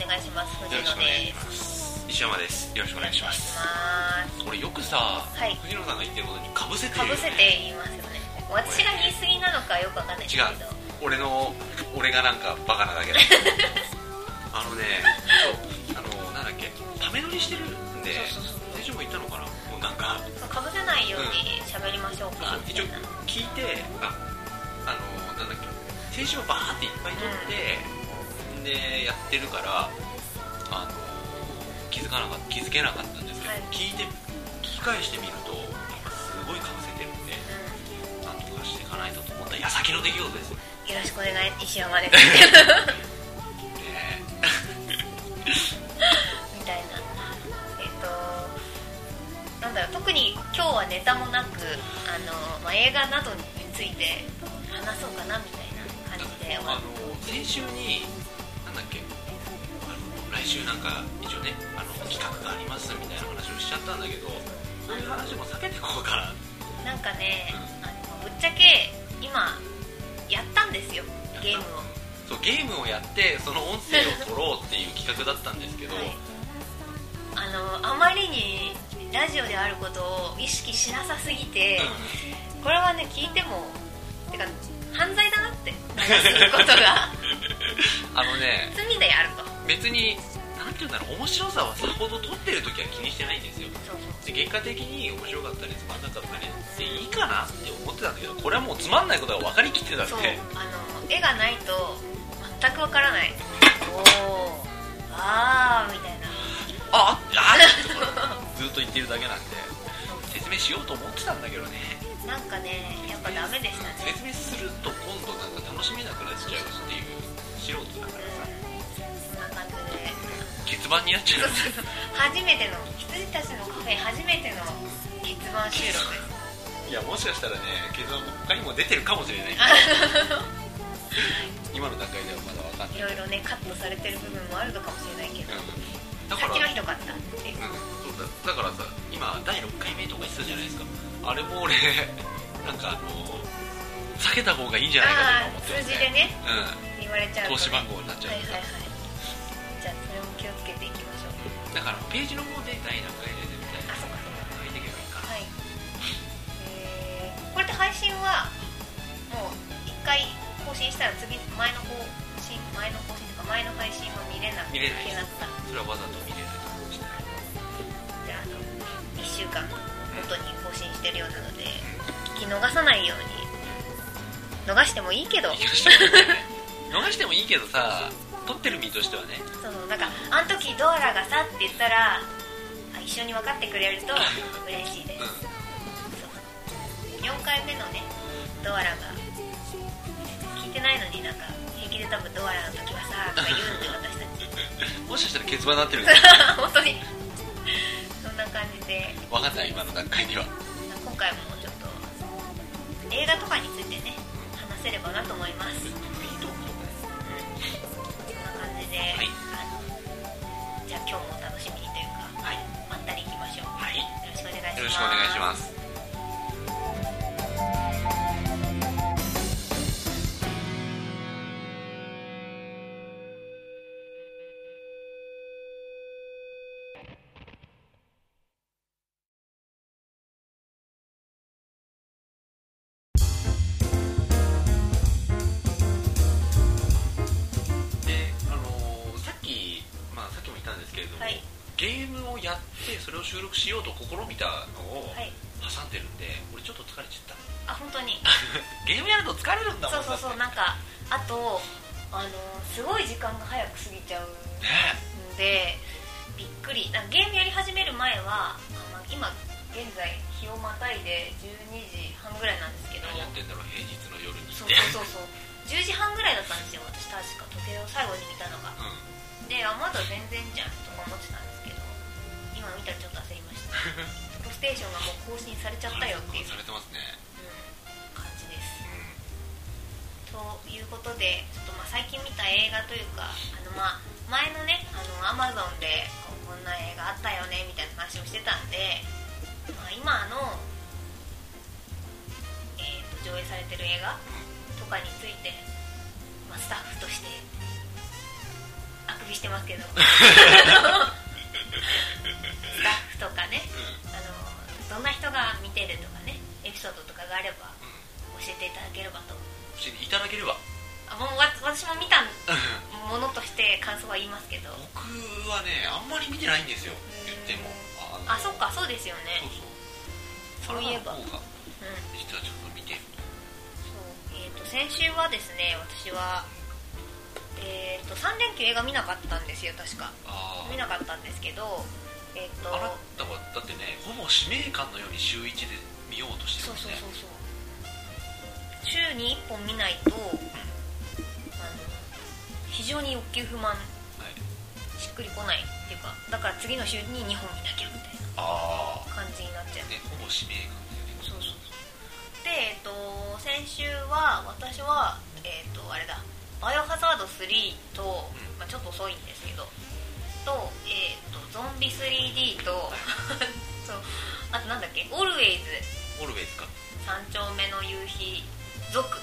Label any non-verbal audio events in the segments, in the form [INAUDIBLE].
ろしくお願いします石山ですよろしくお願いします俺よくさ、はい藤野さんが言ってることにかぶせてかるよ、ぶね、せて言いますよね私が言い過ぎなのかよくわかんないです違けうど俺の俺がなんかバカなだけ [LAUGHS] だあのねそうあのなんだっけため撮りしてるんでそうそうそう先週も言ったのかなもうなんかそうかぶせないように喋りましょうかみ一た応いな聞いてああのなんだっけ先週もバーっていっぱい撮って、でやってるからあの気づかなかった気づけなかったんですけど、はい聞いて聞き返してみるとやっぱすごいかぶせてるんでなんとかしていかないとと思った矢先の出来事ですようんよろしくお願い石山 [LAUGHS] ですねみたいなえっ、となんだろう特に今日はネタもなくあの、まあ、映画などについて話そうかなみたいな感じで終わあっの先週になんだっけあの来週なんか一応ねあの企画がありますみたいな話をしちゃったんだけどそういう話も避けてこうかななんかねあのぶっちゃけ今やったんですよゲームをそうゲームをやってその音声を取ろうっていう企画だったんですけど、はいあのあまりにラジオであることを意識しなさすぎてこれはね聞いてもてか犯罪だなって話すること [LAUGHS] があのね罪であると別になんていうんだろう面白さはさほど撮ってる時は気にしてないんですよそうそうで結果的に面白かったりつまんなかったりでいいかなって思ってたんだけどこれはもうつまんないことが分かりきってたんでそうあの絵がないと全くわからないおおああみたいなああってところずっと言ってるだけなんで説明しようと思ってたんだけどねなんかねやっぱダメでしたね説明すると今度なんか楽しめなくなっちゃうっていう素人だかうらんさそんな感じで欠番になっちゃそううそうそう初めての羊たちのカフェ初めての結番収録ですいやもしかしたらね欠番他にも出てるかもしれない [LAUGHS] 今の段階ではまだ分かんないいろいろねカットされてる部分もあるのかもしれないけどうんださかっらきのひどかったっていううんそうだだからさ今第6回目とか言ってたじゃないですかあれも俺 [LAUGHS] なんかあの避けた方がいいんじゃないかとか思ってます、ね、あー数字でね言われちゃうとうん投資番号になっちゃうはいからはいはいじゃあそれも気をつけていきましょうだからページの方で第何回出てみたいなあそうかそうか書いていけばいいかなはい、えーこれって配信はもう一回更新したら次前の更新前の更新とか前の配信は見れなく見れないなったそれはわざと見れないと思うしじゃああの1週間ごとに更新してるようなので聞き逃さないように逃してもいいけど逃してもいいよね逃してもいいけどさ撮ってる身としてはねそのなんかあの時ドアラがさって言ったらあ一緒に分かってくれると嬉しいです4う回目のねドアラが聞いてないのになんか平気で多分ドアラの時はさとか言うんで私たち [LAUGHS] んもしかしたら欠番になってるんだよ本当にそんな感じで分かんない今の段階では今回もちょっと映画とかについてね話せればなと思いますそんいいと思うな感じで、いあのじゃあ今日もお楽しみにというか、はいまったりいきましょう、はいよろしくお願いしますよろしくお願いしますすであのーさっきまあさっきも言ったんですけれども、はいゲームをやってそれを収録しようと試みたのをはい挟んでるんで、俺ちょっと疲れち [LAUGHS] ゃったあ本当にゲームやると疲れるんだもそんうそうそうなだんかあとあのすごい時間が早く過ぎちゃうんってねでびっくりなんかゲームやり始める前はあの今現在日をまたいで12時半ぐらいなんですけど何やってんだろう平日の夜にそうってそうそうそう10時半ぐらいだったんですよ私確か時計を最後に見たのがうんであまだ全然じゃんとか思ってたんですけど今見たらちょっと焦りましたプロステーションがもう更新されちゃったよっていう、うんされてますね感じですとういうことでちょっとまあ最近見た映画というかあのまあ前のねあの Amazon でこうこんな映画あったよねみたいな話をしてたんで、まあ、今の、えー、と上映されてる映画とかについて、まあ、スタッフとして悪首してますけどスタッフとかねうあのどんな人が見てるとかねエピソードとかがあればんうん教えていただければと教えていただければあもうわ私も見たものとして感想は言いますけど [LAUGHS] 僕はねあんまり見てないんですよ言ってもあのあそっかそうですよそねうそそうういえばサラダの方がうん実はちょっと見てるそうえー、と先週はですね私はえー、と3連休映画見なかったんですよ確かあ見ーなかったんですけどえっ、とあなたはだってねほぼ使命感のように週1で見ようとしてそるうんでそすうねそうそう週に1本見ないとあの非常に欲求不満はい、しっくりこないっていうかだから次の週に2本見なきゃみたいなああ感じになっちゃうねほぼ使命感そうそうそうでえっ、と先週は私はえっ、とあれだ「バイオハザード3と」うんまあ、ちょっと遅いんですけどと,、えー、とゾンビ 3D [LAUGHS] とそうあとなんだっけ「オルウェイズオルウェイズか三丁目の夕日族は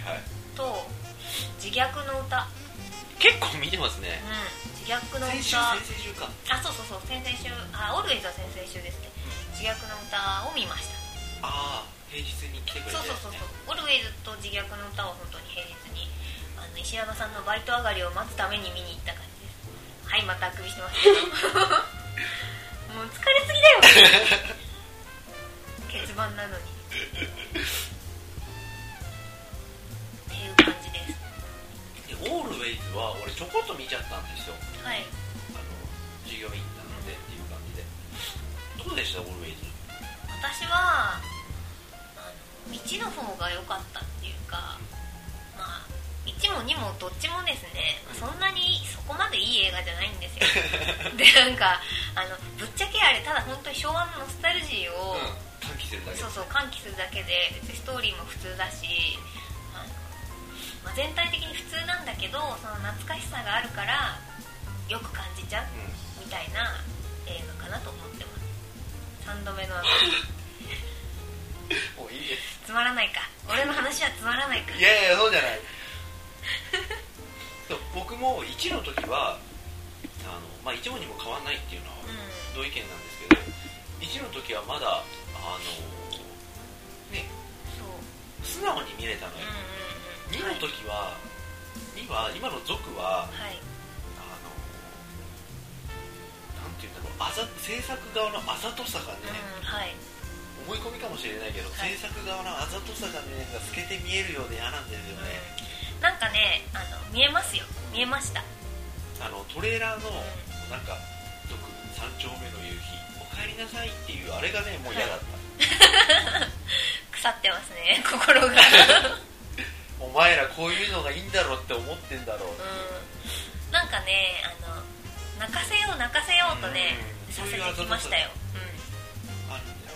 いはい」と「自虐の歌」結構見てますねうん自虐の歌先週先々週かあそうそうそう先々週あオルウェイズは先々週ですね自虐の歌を見ましたああ平日に来てくれてそうそうそうそうオルウェイズと自虐の歌を本当に平日にあの石山さんのバイト上がりを待つために見に行った感じですはいまたあくびしてますけどもう疲れすぎだよ欠番なのにっていう感じですでオールウェイズは俺ちょこっと見ちゃったんですよはいあの従業員なのでっていう感じでどうでしたオールウェイズ私はあの1の方が良かったっていうかまあ1も2もどっちもですねそんなにそこまでいい映画じゃないんですよでなんかあのぶっちゃけあれただ本当に昭和のノスタルジーを、短期するだけそうそう喚起するだけで別にストーリーも普通だしあの、まあ全体的に普通なんだけどその懐かしさがあるからよく感じちゃううんみたいな映画かなと思ってます3度目のもういいですつまらないか俺の話はつまらないかいやいやそうじゃない [LAUGHS] そう僕も1の時はあの、まあ、1もにも変わんないっていうのはうん同意見なんですけど1の時はまだあのねそう素直に見れたのうんよ、うんうん2の時は2は今の族ははい、はい、あのなんていうんだろうあざ制作側のあざとさがね、うんはい思い込みかもしれないけど、はい制作側のあざとさがねなんか透けて見えるようで嫌なんですよね、なんかねあの見えますよ見えましたあのトレーラーのうんなんか「族三丁目の夕日」「おかえりなさい」っていうあれがねもう嫌だった、腐ってます [LAUGHS] ね心がうんお前らこういうのがいいんだろうって思ってんだろう、なんかねあの泣かせよう泣かせようとねうんさせてきましたよ、うん、あるんだよ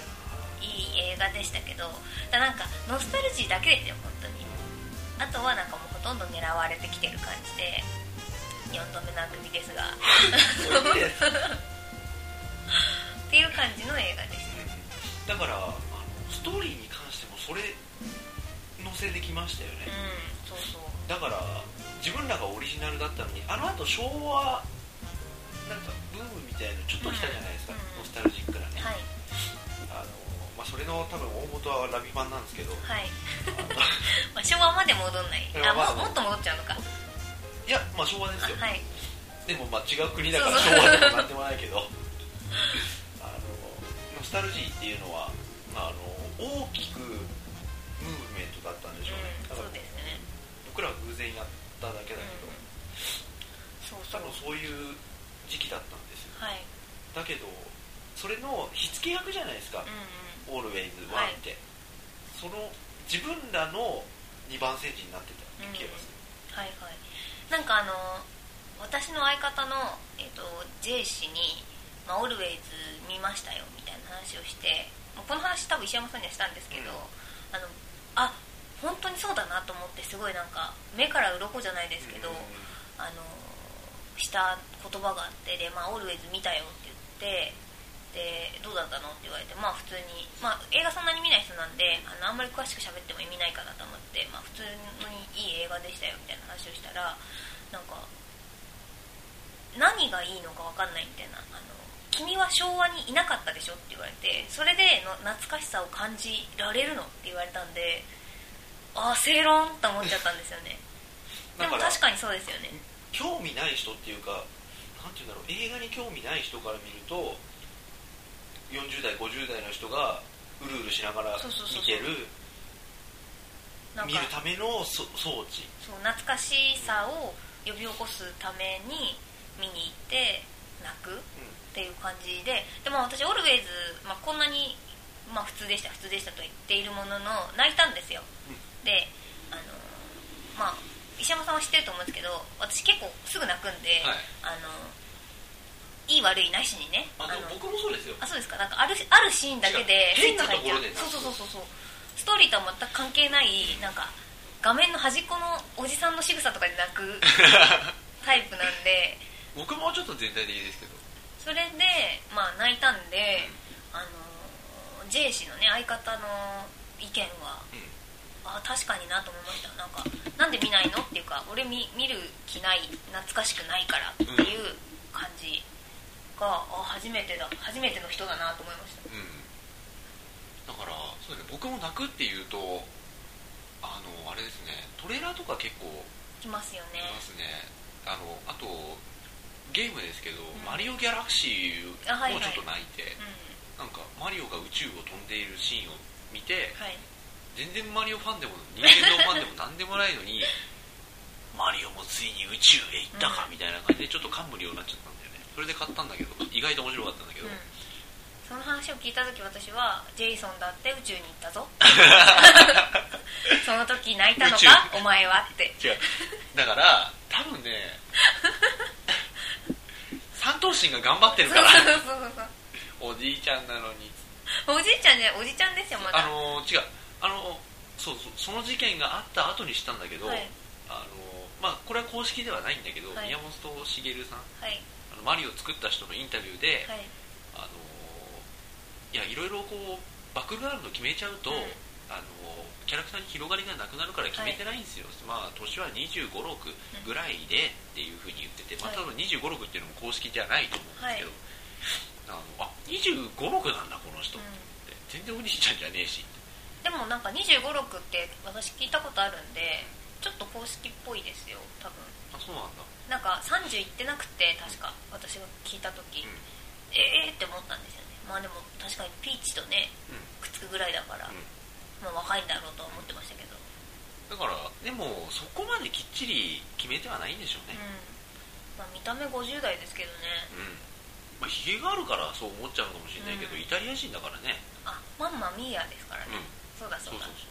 ないい映画でしたけどだなんかノスタルジーだけですよ本当にあとはなんかもうほとんど狙われてきてる感じで4度目のあくびですがそういう意味ですっていう感じの映画でしただからあのストーリーに関してもそれ乗せてきましたようね、んそうそうだから自分らがオリジナルだったのにあのあと昭和なんかブームみたいなのちょっと来たじゃないですうか、んうんノスタルジックなね、はいあのまあ、それの多分大元はラビ版なんですけど [LAUGHS] はい、あのまあ、昭和まで戻んないいやあまあももっと戻っちゃうのかいやまあ昭和ですよ、あはいでもまあ違う国だからそうそう昭和でもなんでもないけど [LAUGHS] あのノスタルジーっていうのは、まあ、あの大きくムーブメントだったんうでしょうね、んだかそらうですね僕らは偶然やっただけだけど、そうそ多う分そういう時期だったんですよはいだけどそれの火付け役じゃないですかうん、オールウェイズ1って、その自分らの2番戦時になってたうん気がする、うんはいはいなんかあの私の相方の、えっと J 氏に「まあ、オルウェイズ見ましたよ」みたいな話をしてもうこの話多分石山さんにはしたんですけど、うんあのあ本当にそうだなと思ってすごいなんか目から鱗じゃないですけど、うんあのした言葉があってで「まあ、オルウェイズ見たよ」って言って。でどうだったのって言われてまあ普通に、まあ、映画そんなに見ない人なんであのあんまり詳しく喋っても意味ないかなと思って、まあ、普通にいい映画でしたよみたいな話をしたらなんか何がいいのか分かんないみたいなあの「君は昭和にいなかったでしょ」って言われてそれでの懐かしさを感じられるのって言われたんでああ正論と思っちゃったんですよねでだかもら確かにそうですよね興味ない人っていうかなんて言うんだろう映画に興味ない人から見ると40代50代の人がうるうるしながらそうそうそうそう見てるなん見かるためのそ装置そう懐かしさを呼び起こすために見に行って泣くっていう感じででも私オルウェイズ、まあ、こんなに、まあ、普通でした普通でしたと言っているものの泣いたんですよ、うんであのまあ石山さんは知ってると思うんですけど私結構すぐ泣くんで、はいあのいい悪いなしにねあでのも僕もそうですよあそうですかなんかあるあるシーンだけで違う変なところスイッチ入っちゃでうそうそうそうそうそうストーリーとは全く関係ないなんか画面の端っこのおじさんの仕草とかで泣 [LAUGHS] くタイプなんで僕もちょっと全体でいいですけどそれでまあ泣いたんで、あの J 氏のね相方の意見は、うんあ確かになと思いましたなんかなんで見ないのっていうか俺見見る気ない懐かしくないからっていう感じが、あ初めてだ初めての人だなと思いましたうんだからそうですね僕も泣くっていうとあのあれですねトレーラーとか結構きますよいねますねあのあとゲームですけど、んマリオ・ギャラクシあーはいはいもちょっと泣いて、うなんかマリオが宇宙を飛んでいるシーンを見てんはい全然マリオファンでも任天堂ファンでも何でもないの [LAUGHS] にマリオもついに宇宙へ行ったかうんみたいな感じでちょっと感無量になっちゃったんだよねそれで買ったんだけど意外と面白かったんだけうど、んその話を聞いた時私はジェイソンだって宇宙に行った [LAUGHS] ぞその時泣いたの宇宙かお前は [LAUGHS] って違 [LAUGHS] うだから多分ね三頭身が頑張ってるそうかそうそらうそうおじいちゃんなのにそうおじいちゃんねおじちゃんですよまだあのー違うあのそうそうその事件があった後に知ったんだけど、はいあのーまあ、これは公式ではないんだけど、はい宮本茂さんはいあのマリオを作った人のインタビューで、はいあのーいやいろいろこうバックグラウンド決めちゃうと、うんあのーキャラクターに広がりがなくなるから決めてないんですよ、まあ年は2 5 6ぐらいでっていうふうに言ってて、まはあ、い多分2 5 6っていうのも公式じゃないと思うんですけど、あのあ2 5 6なんだこの人うって、ん全然お兄ちゃんじゃねえしってでもなんか2 5 6って私聞いたことあるんでちょっと公式っぽいですよ多分あそうななんだんか30行ってなくて確か私が聞いた時、うんええー、って思ったんですよねまあでも確かにピーチとねうくっつくぐらいだから、んまあ、若いんだろうとは思ってましたけど、だからでもそこまできっちり決めてはないんでしょううんまねあ、見た目50代ですけどねうん、まあひげがあるからそう思っちゃうのかもしれないけど、うんイタリア人だからねあマンマミーアですからね、うんそうだそそううだそうそ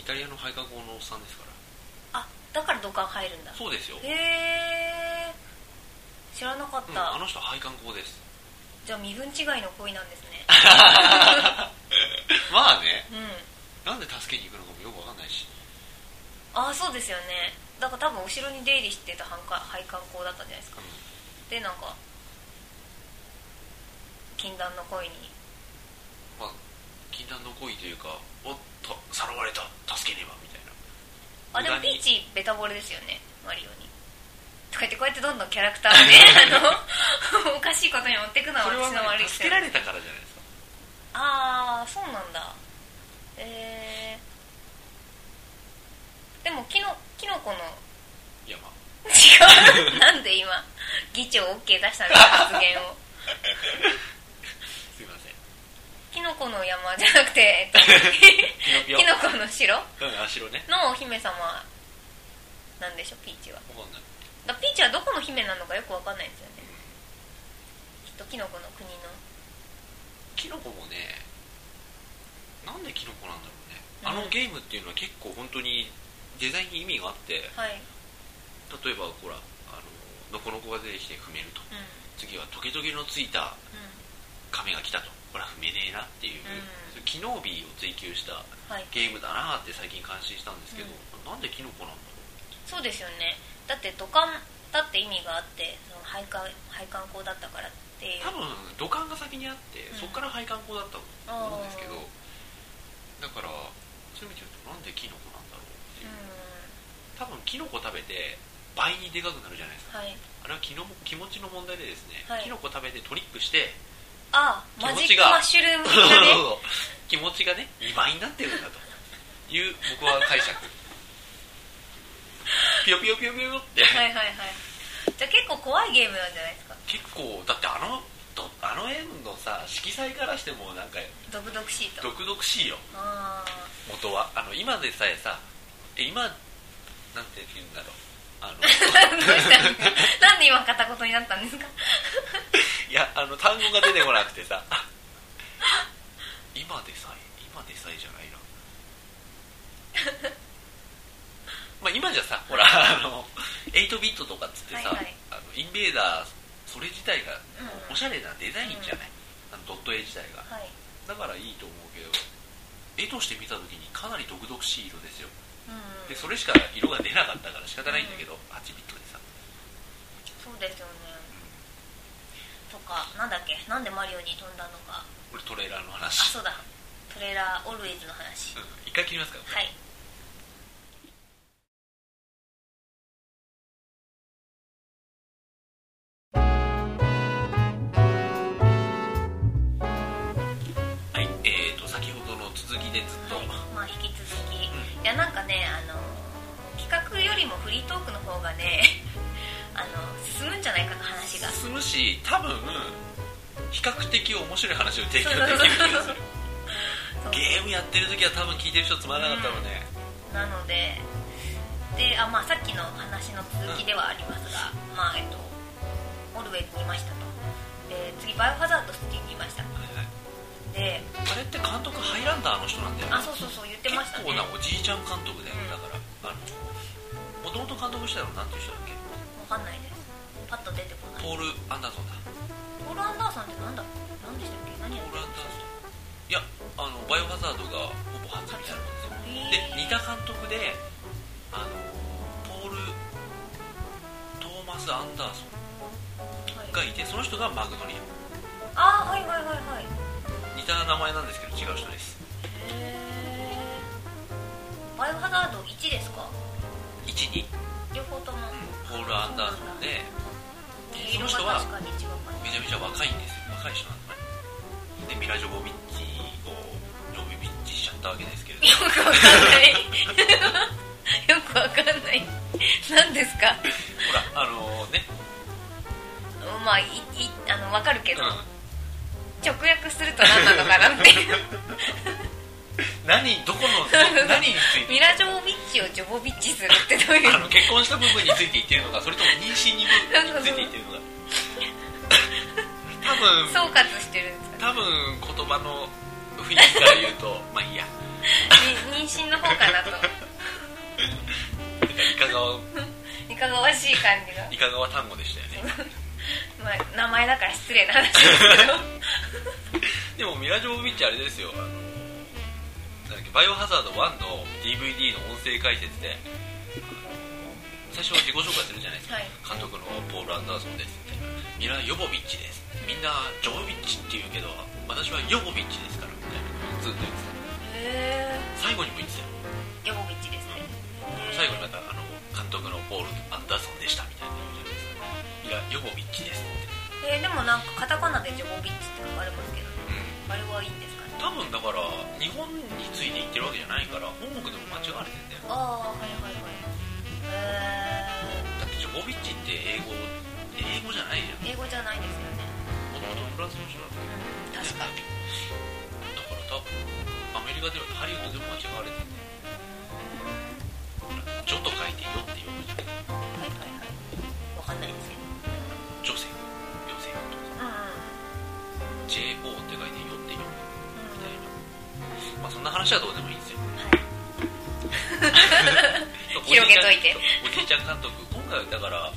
うイタリアの配下校のおっさんですからあだから土管入るんだそうですよ、うん、へえ知らなかった、あの人配管 [LAUGHS] 校ですじゃあ身分違いの恋なんです [LAUGHS] ねまあねうんなんで助けに行くのかもよくわかんないしああそうですよねだから多分後ろに出入りしてた配管配管工だったんじゃないですかでなんか禁断の恋にまあ禁断の恋というかおっとさらわれた助けねばみたいなあでも無駄ピーにチベタボレですよねマリオにとか言ってこうやってどんどんキャラクターを [LAUGHS] ねあのおか [LAUGHS] しいことに持っていくのはそれは私の悪ねい助けられたからじゃないですかああそうなんだえー、でもキノキノコのいやまあ違うなんで今議長 OK 出したんですか発言をすい [LAUGHS] ませんキノコの山じゃなくて、えっと、[LAUGHS] ピノピオキノコの城うんあ白ねのお姫様なんでしょピーチはわかんないだからピーチはどこの姫なのかよくわかんないんですよねきっとキノコの国のキノコもねなんでキノコなんだろうね、うんあのゲームっていうのは結構本当にデザインに意味があってはい例えばほらあのノコノコが出てきて踏めるとうん次はトゲトゲのついたう亀が来たとほら踏めねえなっていう、うんそういう機能美を追求したんはいゲームだなって最近感心したんですけど、なんでキノコなんだそうですよねだって土管だって意味があってその配管配管工だったからっていうろう多分土管が先にあって、うんそこから配管工だったと思うんですけどだからそういう意味で言うとなんでキノコなんだろうっていうう、ん多分キノコ食べて倍にでかくなるじゃないですかはいあれは気の気持ちの問題でですね、はいキノコ食べてトリップしてあ気マ持ジちックがマッシュルーム的 [LAUGHS] そうそうなねそう気持ちがね2倍になってるんだという僕は解 [LAUGHS] 釈ピヨピヨピヨピヨってはいはいはいじゃあ結構怖いゲームなんじゃないですか結構だってあのどあの円のさ色彩からしてもなんか毒々しいと毒々しいよああ元はあの今でさえさえ今なんて言うんだろう [LAUGHS] あのどうしたんですか [LAUGHS] なんで今片言になったんですかいやあの単語が出てこなくてさ [LAUGHS] 今でさえ今でさえじゃないなまあ今じゃさほらあの8ビットとかっつってさ、はいはいあのインベーダーそれ自体がうんおしゃれなデザインじゃない、あのドット絵自体がはいだからいいと思うけど絵として見た時にかなり毒々しい色ですようんでそれしか色が出なかったから仕方ないんだけど、8ビットでさそうですよねとかなんだっけなんでマリオに飛んだのかこれトレーラーのあ話、そうだトレーラーオルウェイズの話うん、一回切りますかはいはい、えー、と先ほどの続きでずっと、はいまあ引き続きういやなんかねあの企画よりもフリートークの方がね [LAUGHS] あの進むんじゃないかな話が進むし多分比較的面白い話を提供そうそうできる気がするそう [LAUGHS] ゲームやってる時は多分聞いてる人つまらなかったろうね、なのでであ、まあ、さっきの話の続きではありますが、まあえっと、オルウェイズにいましたとで次バイオハザード3にいましたはいはいであれって監督ハイランダーの人なんだよねあそうそうそう言ってましたね結構なおじいちゃん監督だよねうんだからあのもともと監督したのなんていう人だっけわかんないですパッと出てこないポール・アンダーソンだポール・アンダーソンって何だ何でしたっけ何ポやっール・アンダーソンいやあのバイオハザードがほぼ初みたいなもんでへすよでー似た監督であのポール・トーマス・アンダーソンはがいいてその人がマグノリあアーはいはいはいはい似た名前なんですけど違う人ですへーバイオハザード1ですか12、両方ともポール・アンダーソンでそ色のが人は確かに違うかめちゃめちゃ若いんですよ若い人なんだでミラ・ジョボビッチをジョビビッチしちゃったわけですけれどよくわかんない [LAUGHS] よくわかんない何ですかほらあのね、まあいいあのわかるけうど、ん、直訳すると何なのかなって [LAUGHS] いう何どこのど何についてミラ・ジョボビッチをジョボビッチするってどういうあの結婚した部分について言ってるのかそれとも妊娠に部分について言ってるのか多総括してるんですか、ね、分多分言葉の雰囲気から言うと [LAUGHS] まあいいやに妊娠の方かなとてかいかがわいかがわしい感じがいかがわ単語でしたよねまあ名前だから失礼な話です [LAUGHS] けどでもミラ・ジョボビッチあれですよあのなんだっけバイオハザード1の DVD の音声解説で最初自己紹介するじゃないですか、はい監督のポール・アンダーソンですみたいなミラ・ヨボビッチですみんなジョボビッチって言うけど私はヨボビッチですからみたいなずっと言ってへた最後にも言ってたよえヨボビッチですね最後にまたあの監督のポール・アンダーソンでしたみたいな言ってたミラ・ヨボビッチですって、えーでもなんかカタカナでジョボビッチって書かれますけどねうあんれはいいんですかね多分だから日本について言ってるわけじゃないから本国でも間違われてんだよああはいはいはいだってジョボビッチって英語英語じゃないじゃんえー、英語じゃないですよね、もともとフランスの人なんだうん、確かにだから多分アメリカではハリウッドでも間違われてて「ちょっと書いてよ」って呼ぶじゃんはいはいはいわかんないですけど女性女性とかうんうん「JO」って書いてよって呼ぶみたいなまあそんな話はどうでもいいんですよ広げといておじいちゃん監督今回はだから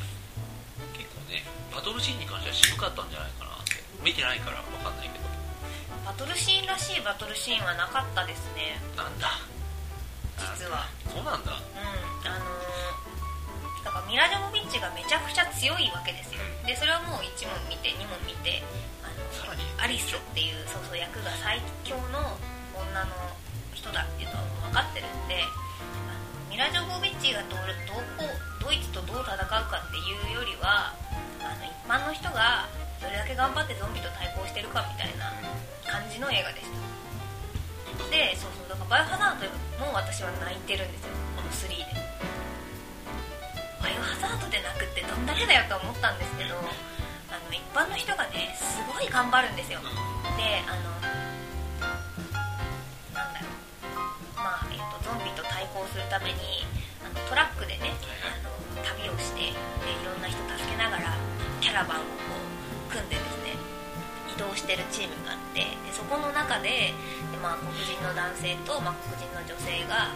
結構ねバトルシーンに関しては渋かったんじゃないかなって見てないから分かんないけどバトルシーンらしいバトルシーンはなかったですねなんだ実はそうなんだうんあのーだからミラ・ジョボビッチがめちゃくちゃ強いわけですよでそれはもう1問見て2問見てあのさらにアリスっていうそうそう役が最強の女の人だっていうのは分かってるんであのミラ・ジョボビッチがどうどうこうドイツとどう戦うかっていうよりは頑張ってゾンビと対抗してるかみたいな感じの映画でしたでそうそうだから「バイオハザード」も私は泣いてるんですよこの3で「バイオハザード」で泣くってどんだけだよと思ったんですけどあの一般の人がねすごい頑張るんですよであのなんだろうまあえっとゾンビと対抗するためにあのトラックでねあの旅をしてでいろんな人助けながらキャラバンをこう組んでですね移動してるチームがあってでそこの中でで、まあ、黒人の男性と、まあ、黒人の女性があの、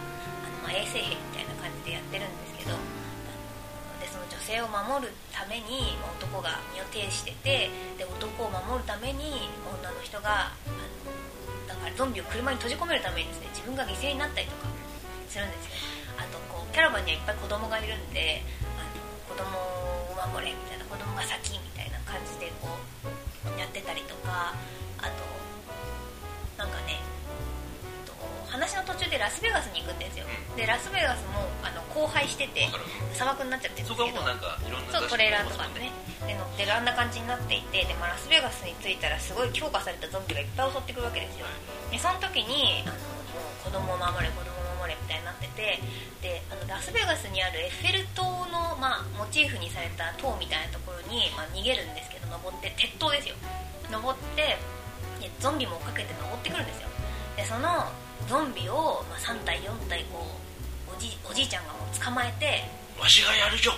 まあ衛生兵みたいな感じでやってるんですけどあのでその女性を守るためにまあ男が身を挺しててで男を守るために女の人があのだからゾンビを車に閉じ込めるためにですね自分が犠牲になったりとかするんですよあとこうキャラバンにはいっぱい子供がいるんであの子供を守れみたいな子供が先みたいな感じでこうやってたりとかあとなんかねえっと話の途中でラスベガスに行くんですよでラスベガスもあの荒廃しててわかる砂漠になっちゃってるんですそけどこはもうなんかいろんなそうトレーラーとかでねで乗ってるあんな感じになっていてで、まあ、ラスベガスに着いたらすごい強化されたゾンビがいっぱい襲ってくるわけですよでその時にあのもう子供を守れ子供を守れみたいになっててであのラスベガスにあるエッフェル塔の、まあ、モチーフにされた塔みたいなところに、まあ、逃げるんですけど登って鉄塔ですよ登ってでゾンビも追っかけて登ってくるんですよでそのゾンビを、まあ、3体4体こうおじおじいちゃんがもう捕まえてわしがやるよ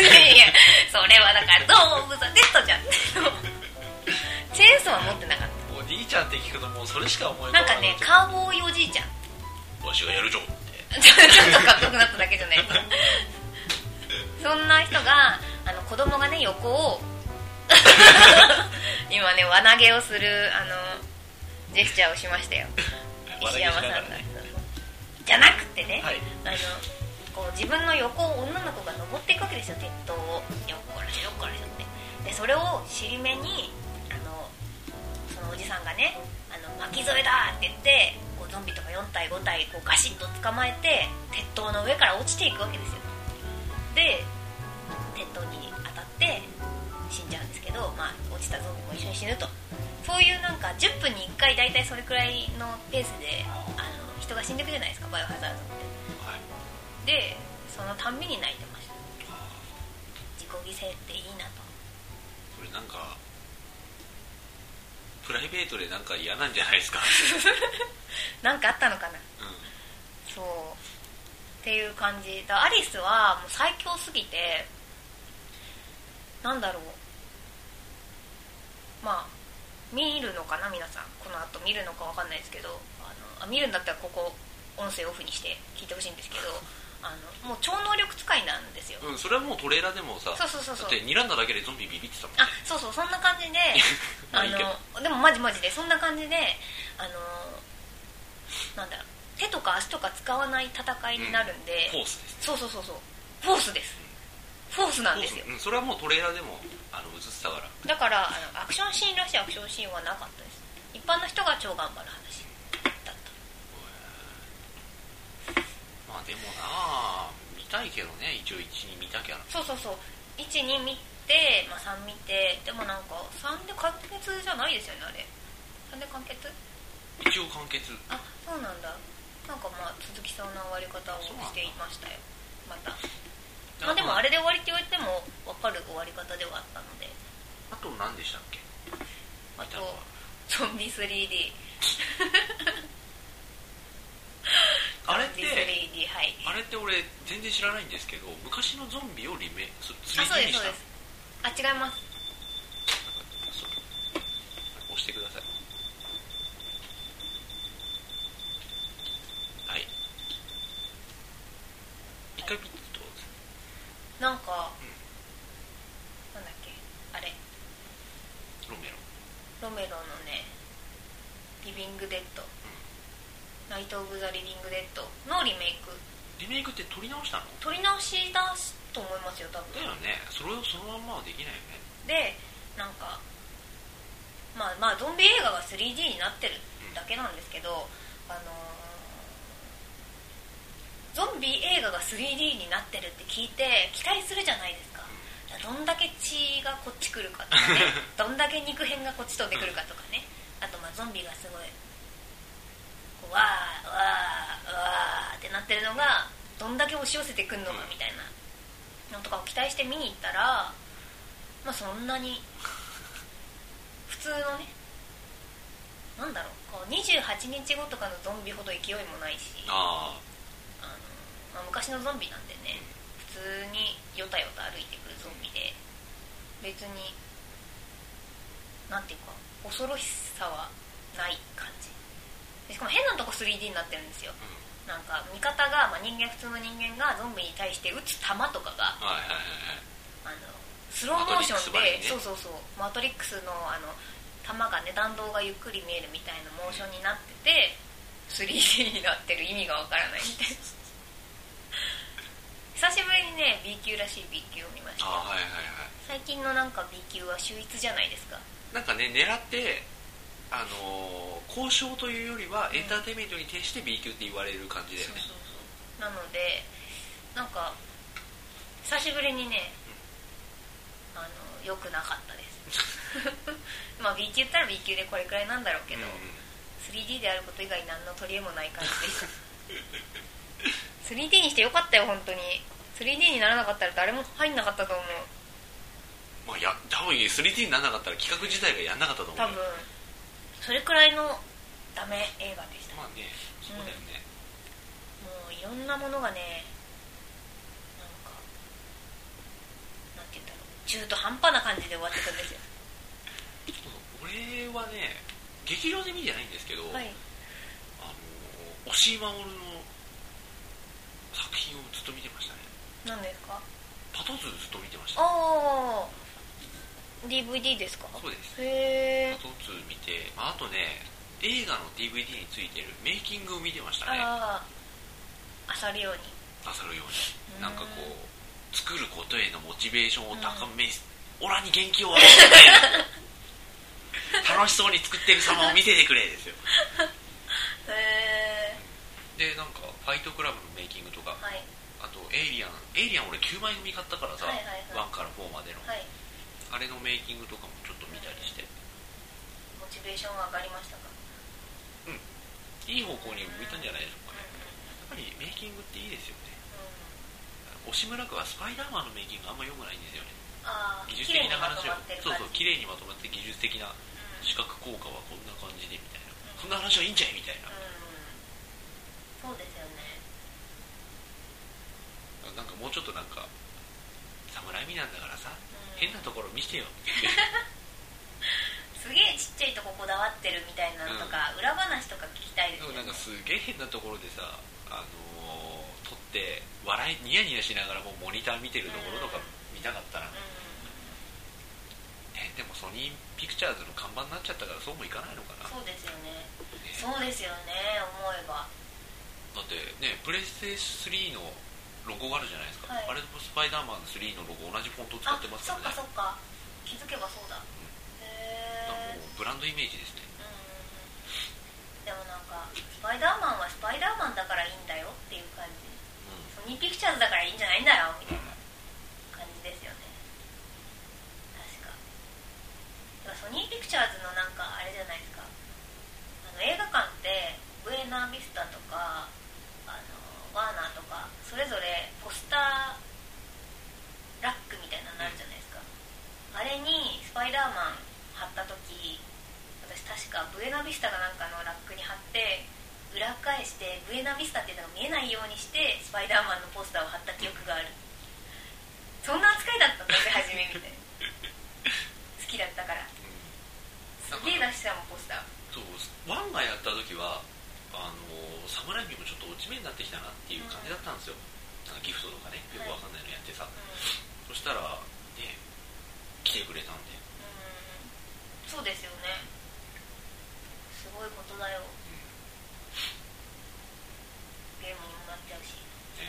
いやいやそれはだからどうもブザテストじゃんチェーンソーは持ってなかっおじいちゃんって聞くともうそれしか思たいな浮んかばかねいカーボーイおじいちゃんわしがやるよってちょっとかっこよくなっただけじゃないですかそんな人があの子供がね横を [LAUGHS] 今ね輪投げをするあのジェスチャーをしましたよ輪投石げしな山がさんらがねじゃなくてね、はいあのこう自分の横を女の子が登っていくわけですよ鉄塔を横からしょ横からしょってでそれを尻目にあのそのおじさんがね「あの巻き添えだ!」って言ってこうゾンビとか4体5体こうガシッと捕まえて鉄塔の上から落ちていくわけですよで鉄塔に当たって死んじゃうんですけど、まあ、落ちたゾンビも一緒に死ぬとそういうなんか10分に1回大体それくらいのペースであの人が死んでいくじゃないですかバイオハザードってはいでそのたんびに泣いてました自己犠牲っていいなとこれなんかプライベートでなんか嫌なんじゃない [LAUGHS] ですか、なんかあったのかなうん、そうっていう感じだアリスはもう最強すぎてなんだろうまあ見るのかな皆さんこの後見るのかわかんないですけどあのあ見るんだったらここ音声オフにして聞いてほしいんですけどあのもう超能力使いなんですようん、それはもうトレーラーでもさそうそうそうそうだって睨んだだけでゾンビビビってたもんあそうそうそんな感じでまあ [LAUGHS] あいいけどのでもマジマジでそんな感じであのなんだろう手とか足とか使わない戦いになるんで、フォースですそうそうそうそうフォースですフォースなんですよフォースうん、それはもうトレーラーでもあの映ってたからだからあのアクションシーンらしいアクションシーンはなかったです一般の人が超頑張る話だったまあでもなあ見たいけどね一応1に見たきゃなそうそうそう12見て、まあ、3見てでもなんか3で完結じゃないですよねあれ3で完結一応完結あそうなんだなんかまあ続きそうな終わり方をしていましたよまたまあでもあれで終わりって言われても分かる終わり方ではあったのであと何でしたっけあ見たのはとゾンビ 3D あれっゾンてビ 3D はいあれって俺全然知らないんですけど昔のゾンビをリメイあそクう 3D でにすしそうたですあ違いますそう押してくださいはい一回ピッとなんか、なんだっけあれロメロロメロのねリビングデッドナイト・オブ・ザ・リビングデッドのリメイクリメイクって撮り直したの撮り直しだすと思いますよ多分だよねそれをそのまんまはできないよねでなんかまあまあゾンビ映画が 3D になってるだけなんですけど、あのーゾンビ映画が 3D になってるって聞いて期待するじゃないですかやどんだけ血がこっち来るかとかねどんだけ肉片がこっち飛んでくるかとかねあとまあゾンビがすごいこうわーわーわーってなってるのがどんだけ押し寄せてくるのかみたいなのとかを期待して見に行ったらまあそんなに普通のねなんだろうこう28日後とかのゾンビほど勢いもないしああの、まあ、昔のゾンビなんでね普通にヨタヨタ歩いてくるゾンビで別になんていうか恐ろしさはない感じでしかも変なとこ 3D になってるんですよあ、うん、なんか味方が、まあ、人間普通の人間がゾンビに対して撃つ弾とかがはいはいあはいのスローモーションでマトリックスそうそうそうマトリックス版にねのあの弾がね弾道がゆっくり見えるみたいなモーションになってて 3D になってる意味がわからないみたいな [LAUGHS] 久しぶりにね B 級らしい B 級を見ましあたはいはいは最近のなんか B 級は秀逸じゃないですかいなんかね狙ってあのー交渉というよりはエンターテインメントに徹して B 級って言われる感じだよそうねそうそうなのでなんか久しぶりにねあの良くなかったです [LAUGHS] まあ B 級ったら B 級でこれくらいなんだろうけど、3D であること以外何の取り柄もない感じでした [LAUGHS] 3D にしてよかったよ本当に 3D にならなかったら誰も入んなかったと思ううんまあ、や多分 3D にならなかったら企画自体がやんなかったと思う多分それくらいのダメ映画でしたまあねそうだよね、もういろんなものがねなんかなんて言うんだろう中途半端な感じで終わってくんです [LAUGHS] よちょっと俺はね劇場で見てないんですけど、はいあの押井守の作品をずっと見てましたね何ですかパトツーずっと見てましたああ DVD ですかそうですへえパトツー見て、まあ、あとね映画の DVD についてるメイキングを見てましたねあああさるようになさるよううんになんかこう作ることへのモチベーションを高めオラに元気を与えてくれ [LAUGHS] 楽しそうに作ってる様を見せてくれですよへえでなんかファイトクラブのメイキングとかはいあとエイリアンエイリアン俺9枚組買ったからさ、はいはいはい1から4までの、はいあれのメイキングとかもちょっと見たりしてモチベーションは上がりましたかいい方向に向いたんじゃないでしょうかねやっぱりメイキングっていいですよね押村区はスパイダーマンのメイキングあんま良くないんですよねああ技綺術麗的になまと話まをってるそう感そうじ綺麗にまとまって技術的な視覚効果はこんな感じでみたいなそんな話はいいんじゃいみたいなうんそうですよねなんかもうちょっとなんか侍味なんだからさうん変なところ見せて [LAUGHS] よすげえちっちゃいとここだわってるみたいなのとか裏話とか聞きたいですでよねもなんかすげえ変なところでさ、あのー撮って笑いニヤニヤしながらもうモニター見てるところとか見たかったら、うんえでもソニーピクチャーズの看板になっちゃったからそうもいかないのかな、そうですよねねそうですよね思えばだってねプレステ3のロゴがあるじゃないですか、はいあれとスパイダーマン3のロゴ同じフォントを使あってますそよっかそっねか気づけばそうだへえもうブランドイメージですねうんでもなんかスパイダーマンはスパイダーマンだからいいんだよっていう感じうソニーピクチャーズだからいいんじゃないんだよみたいな感じですよね確かだからソニーピクチャーズのなんかあれじゃないですかあの映画館ってブエナービスタとかあのワーナーとかそれぞれポスターラックみたいなのあるじゃないですか、あれにスパイダーマン貼った時私確かブエナビスタかなんかのラックに貼って裏返してブエナビスタっていうのが見えないようにしてスパイダーマンのポスターを貼った記憶があるそんな扱いだったんだね初めみたいな好きだったからすんうんげえ出してたもんポスターそうワンがやった時はあのサムライビもちょっと落ち目になってきたなっていう感じだったんですよ、なんかギフトとかねよくわかんないのやってさ、うそしたらね来てくれたんでんそうですよねすごいことだよゲームにもなっちゃうしね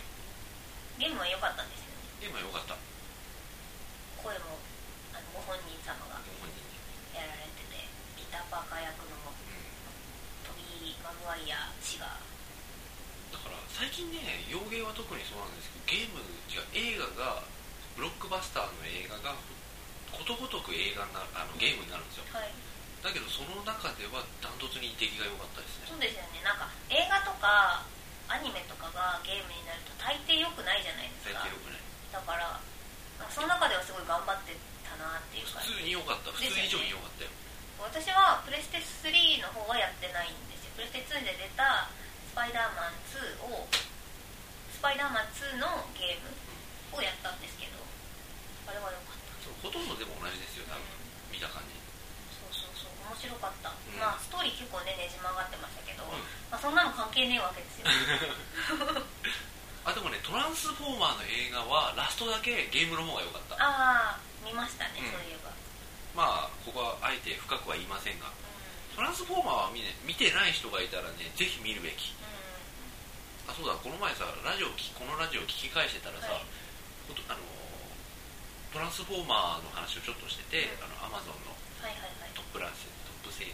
ゲームは良かったんですよねでもよかった声もあのご本人様が本人に、やられててピーター・パーカー役のうんトビー・マグワイヤ氏がだから最近ね洋芸は特にそうなんですけどゲーム違う映画がブロックバスターの映画がことごとく映画になるあのゲームになるんですよはいだけどその中ではダントツに出来が良かったですそねうですよねなんか映画とかアニメとかがゲームになると大抵良くないじゃないです最か近良くないだからなんかその中ではすごい頑張ってたなっていう普感じ通に良かった普通以上に良かったよ私はプレステ3の方はやってないんですよプレステ2で出た「スパイダーマン2」を「スパイダーマン2」のゲームをやったんですけどあれは良かったそうほとんどでも同じですよ多分見た感じそうそうそう面白かった、んまあストーリー結構ねねじ曲がってましたけど、んまあ、そんなの関係ねえわけです [LAUGHS] よあでもねトランスフォーマーの映画はラストだけゲームの方が良かったああ見ましたね、うんそういえば、うん、まあここはあえて深くは言いませんがトランスフォーマーは見,、ね、見てない人がいたらねぜひ見るべきうあそうだこの前さラジオきこのラジオ聞き返してたらさ、はいほんとあのトランスフォーマーの話をちょっとしててうんあのアマゾンん、のはいはいはいトップランストップセール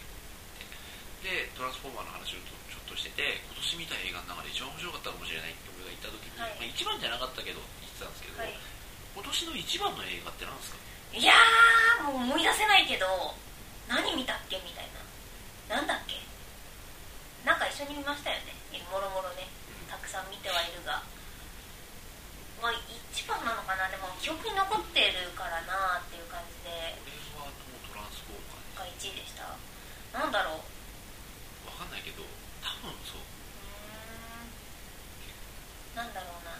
でトランスフォーマーの話をちょちょっとしてて今年見た映画の中で一番面白かったかもしれないって俺が言った時に、はいまあ、一番じゃなかったけど言ってたんですけど、はい今年の一番の映画って何ですかいやーもう思い出せないけど何見たっけみたいななんだっけなんか一緒に見ましたよねもろもろねたくさん見てはいるがまあ一番なのかなでも記憶に残ってるからなっていう感じでこれはもうトランスフォーがマー1位でしたなんだろうねわかんないけど多分そううーんなんだろうな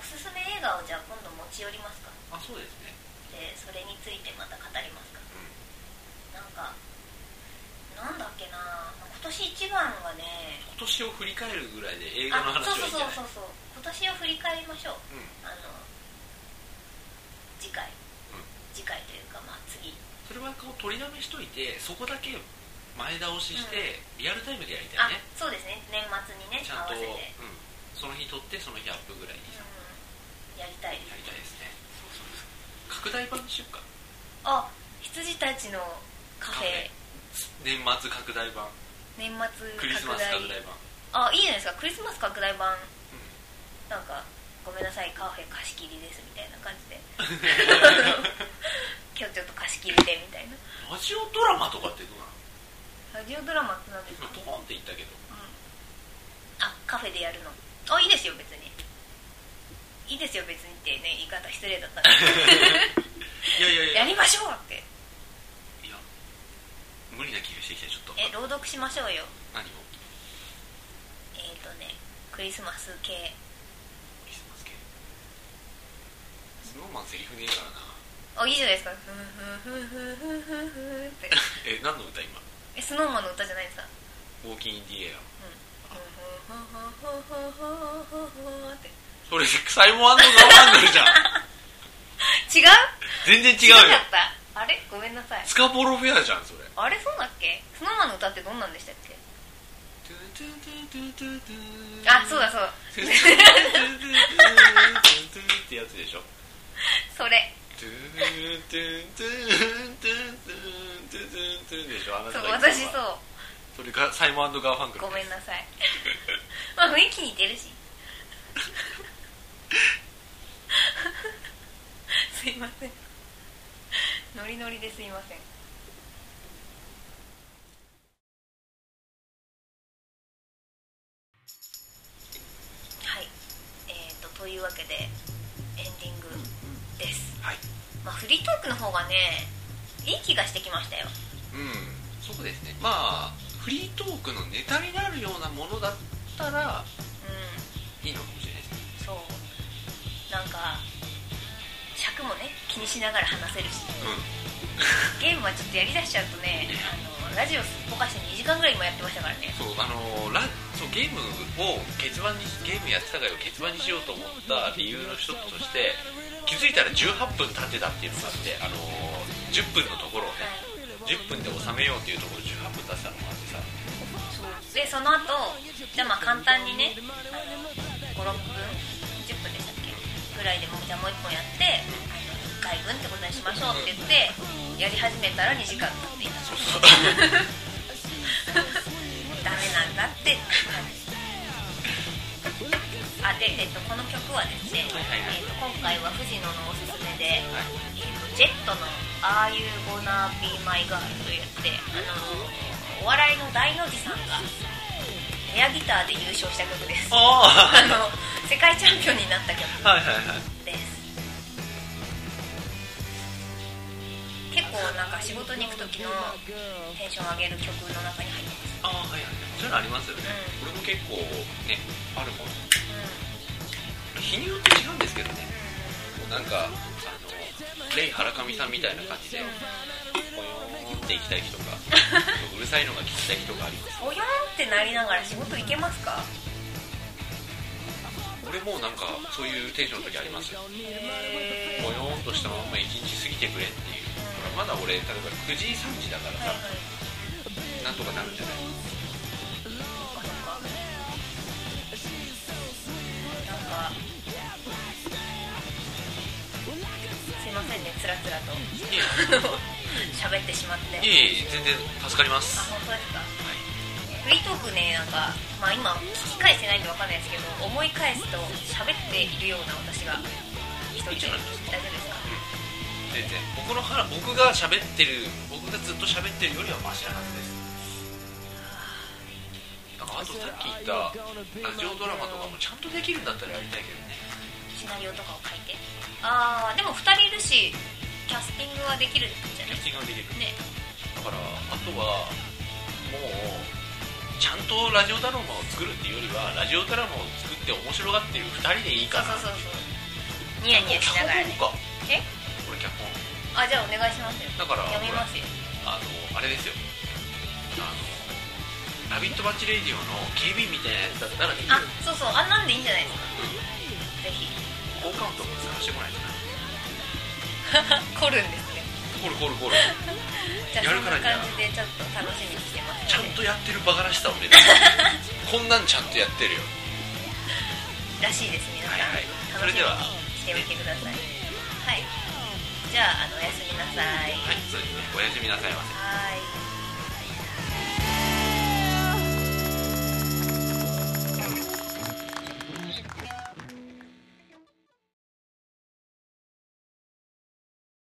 おすすめ映画をじゃあ今度持ち寄りますかあそうですねでそれについてまた語りますかうんなんかなんだっけな今年一番がね今年を振り返るぐらいで映画のあそ話うはいいんじそうそゃないそうそう今年をう振り返りましょううんあの次回、うん次回というかまあ次それはこう取りだめしといてそこだけ前倒しして、リアルタイムでやりたあいねそうですね年末にねちゃん合わせと、て、うん、うんその日撮ってその日アップぐらいにさ、やりたいやりたいですね拡大版にしようかあ羊たちのカフェ年末拡大版年末クリスマス拡大あ版いいじゃないですかクリスマス拡大版うんなんかごめんなさいカフェ貸し切りですみたいな感じ [LAUGHS] で今日ちょっと貸し切りでみたいなラジオドラマとかってどうなのラジオドラマって何です今か、ポコンって言ったけ [LAUGHS] どうん、あカフェでやるのあいいですよ別にいいですよ別にってね言い方失礼だったんいやでいや [LAUGHS] やいやいりましょうってや無理な気がしてきてちょっとえ朗読しましょうよ何をえっ、ー、とねクリスマス系クリスマス系スノーマンセリフねえからなあいいじゃないですかふんふんふんふんふんふんふんってえ何の歌今えスノーマンの歌じゃないですかウォーキンインディエアってそれサイモンザ・ワンダル [LAUGHS] じゃん違う全然違う違よかったあれごめんなさいスカボロフェアじゃんそれあれそうだっけスノーマンの歌ってどんなんでしたっけあそう [LAUGHS] だそうだトゥトゥトゥトゥってやつでしょそれトゥトゥトゥトゥトゥトゥトゥでしょあそなたうが言ってた私そうそれがサイモンガーファンクルごめんなさいまあ雰囲気似てるし [LAUGHS] すいませんノリノリですいませんはいえー、とというわけでエンディングです、はいまあ、フリートークの方がねいい気がしてきましたようんそうですねまあフリートークのネタになるようなものだったらうんいいのかもしれないですそうねなんか尺もね気にしながら話せるしゲームはちょっとやりだしちゃうとねあのラジオすっぽかして2時間ぐらい今やってましたからねそうあのーラそうゲームを結番にゲームやってたから結番にしようと思った理由の一つとして気づいたら18分経ってたっていうのがあって、あのー10分のところをはねい10分で収めようっていうところ18分出したのもあってそうでさその後じゃあまあ簡単にね56分10分でしたっけぐらいでもうじゃあもう1本やってあの1回分ってことにしましょうって言ってやり始めたら2時間経っていたダメなんだってあででえー、とこの曲はですね、はいはいはえいー、と今回は藤野のおすすめで、はいえーとジェットの「Are You Gonna Be My Girl」というやつであのお笑いの大の字さんがエアギターで優勝した曲ですあ [LAUGHS] あの世界チャンピオンになった曲あはいはいはいです結構なんか仕事に行く時のテンション上げる曲の中に入ってますああはいはいそういうのありますよね、俺も結構ねあるもん日によって違うんですけどねうもうなんかあのレイ・ハラカミさんみたいな感じでんうんポヨーンって行きたい人がうるさいのが聞きたい人がありますおやんってなりながら仕事行けますか俺もうなんかそういうテンションの時ありますよへポヨーンとしたまんま一日過ぎてくれっていうまだ俺例えば9時3時だからはいはいさなんとかなるんじゃないそっかそっかなんかすいませんねつらつらと喋ってしまっていえいえ全然助かりまあす本当ですかフリートークねなんか、まあ、今聞き返してないんでわかんないですけど思い返すと喋っているような私が一人いいじでゃないですか大丈夫ですか全然僕の腹僕が喋ってる僕がずっと喋ってるよりはマシなはずですなんかあとさっき言ったラジオドラマとかもちゃんとできるんだったらやりたいけどねシナリオとかを書いてああでも2人いるしキャスティングはできるんじゃなキャいスティングができるねだからあとはもうちゃんとラジオドラマを作るっていうよりはラジオドラマを作って面白がってる2人でいいそかうなそうそうそうニヤニヤしながらね脚本かえ俺脚本あじゃあお願いしますよだからやめますよあのあれですよあの「ラビット・バッチ・レイディオ」の警備員みたいなやつだったらできるあそうそうあんなんでいいんじゃないですかぜひ [LAUGHS] 効果音とかも探してこないとな凝るんですねコルコルコルじゃあそやるんからなには感じでちょっと楽しみにしてますちゃんのでとやってるバカらしさを目指すこんなんちゃんとやってるよらしいです皆さん、はいはいそれ楽しではみにしておいてくださいはいじゃああのおやすみなさいはいそれではおやすみなさいませはい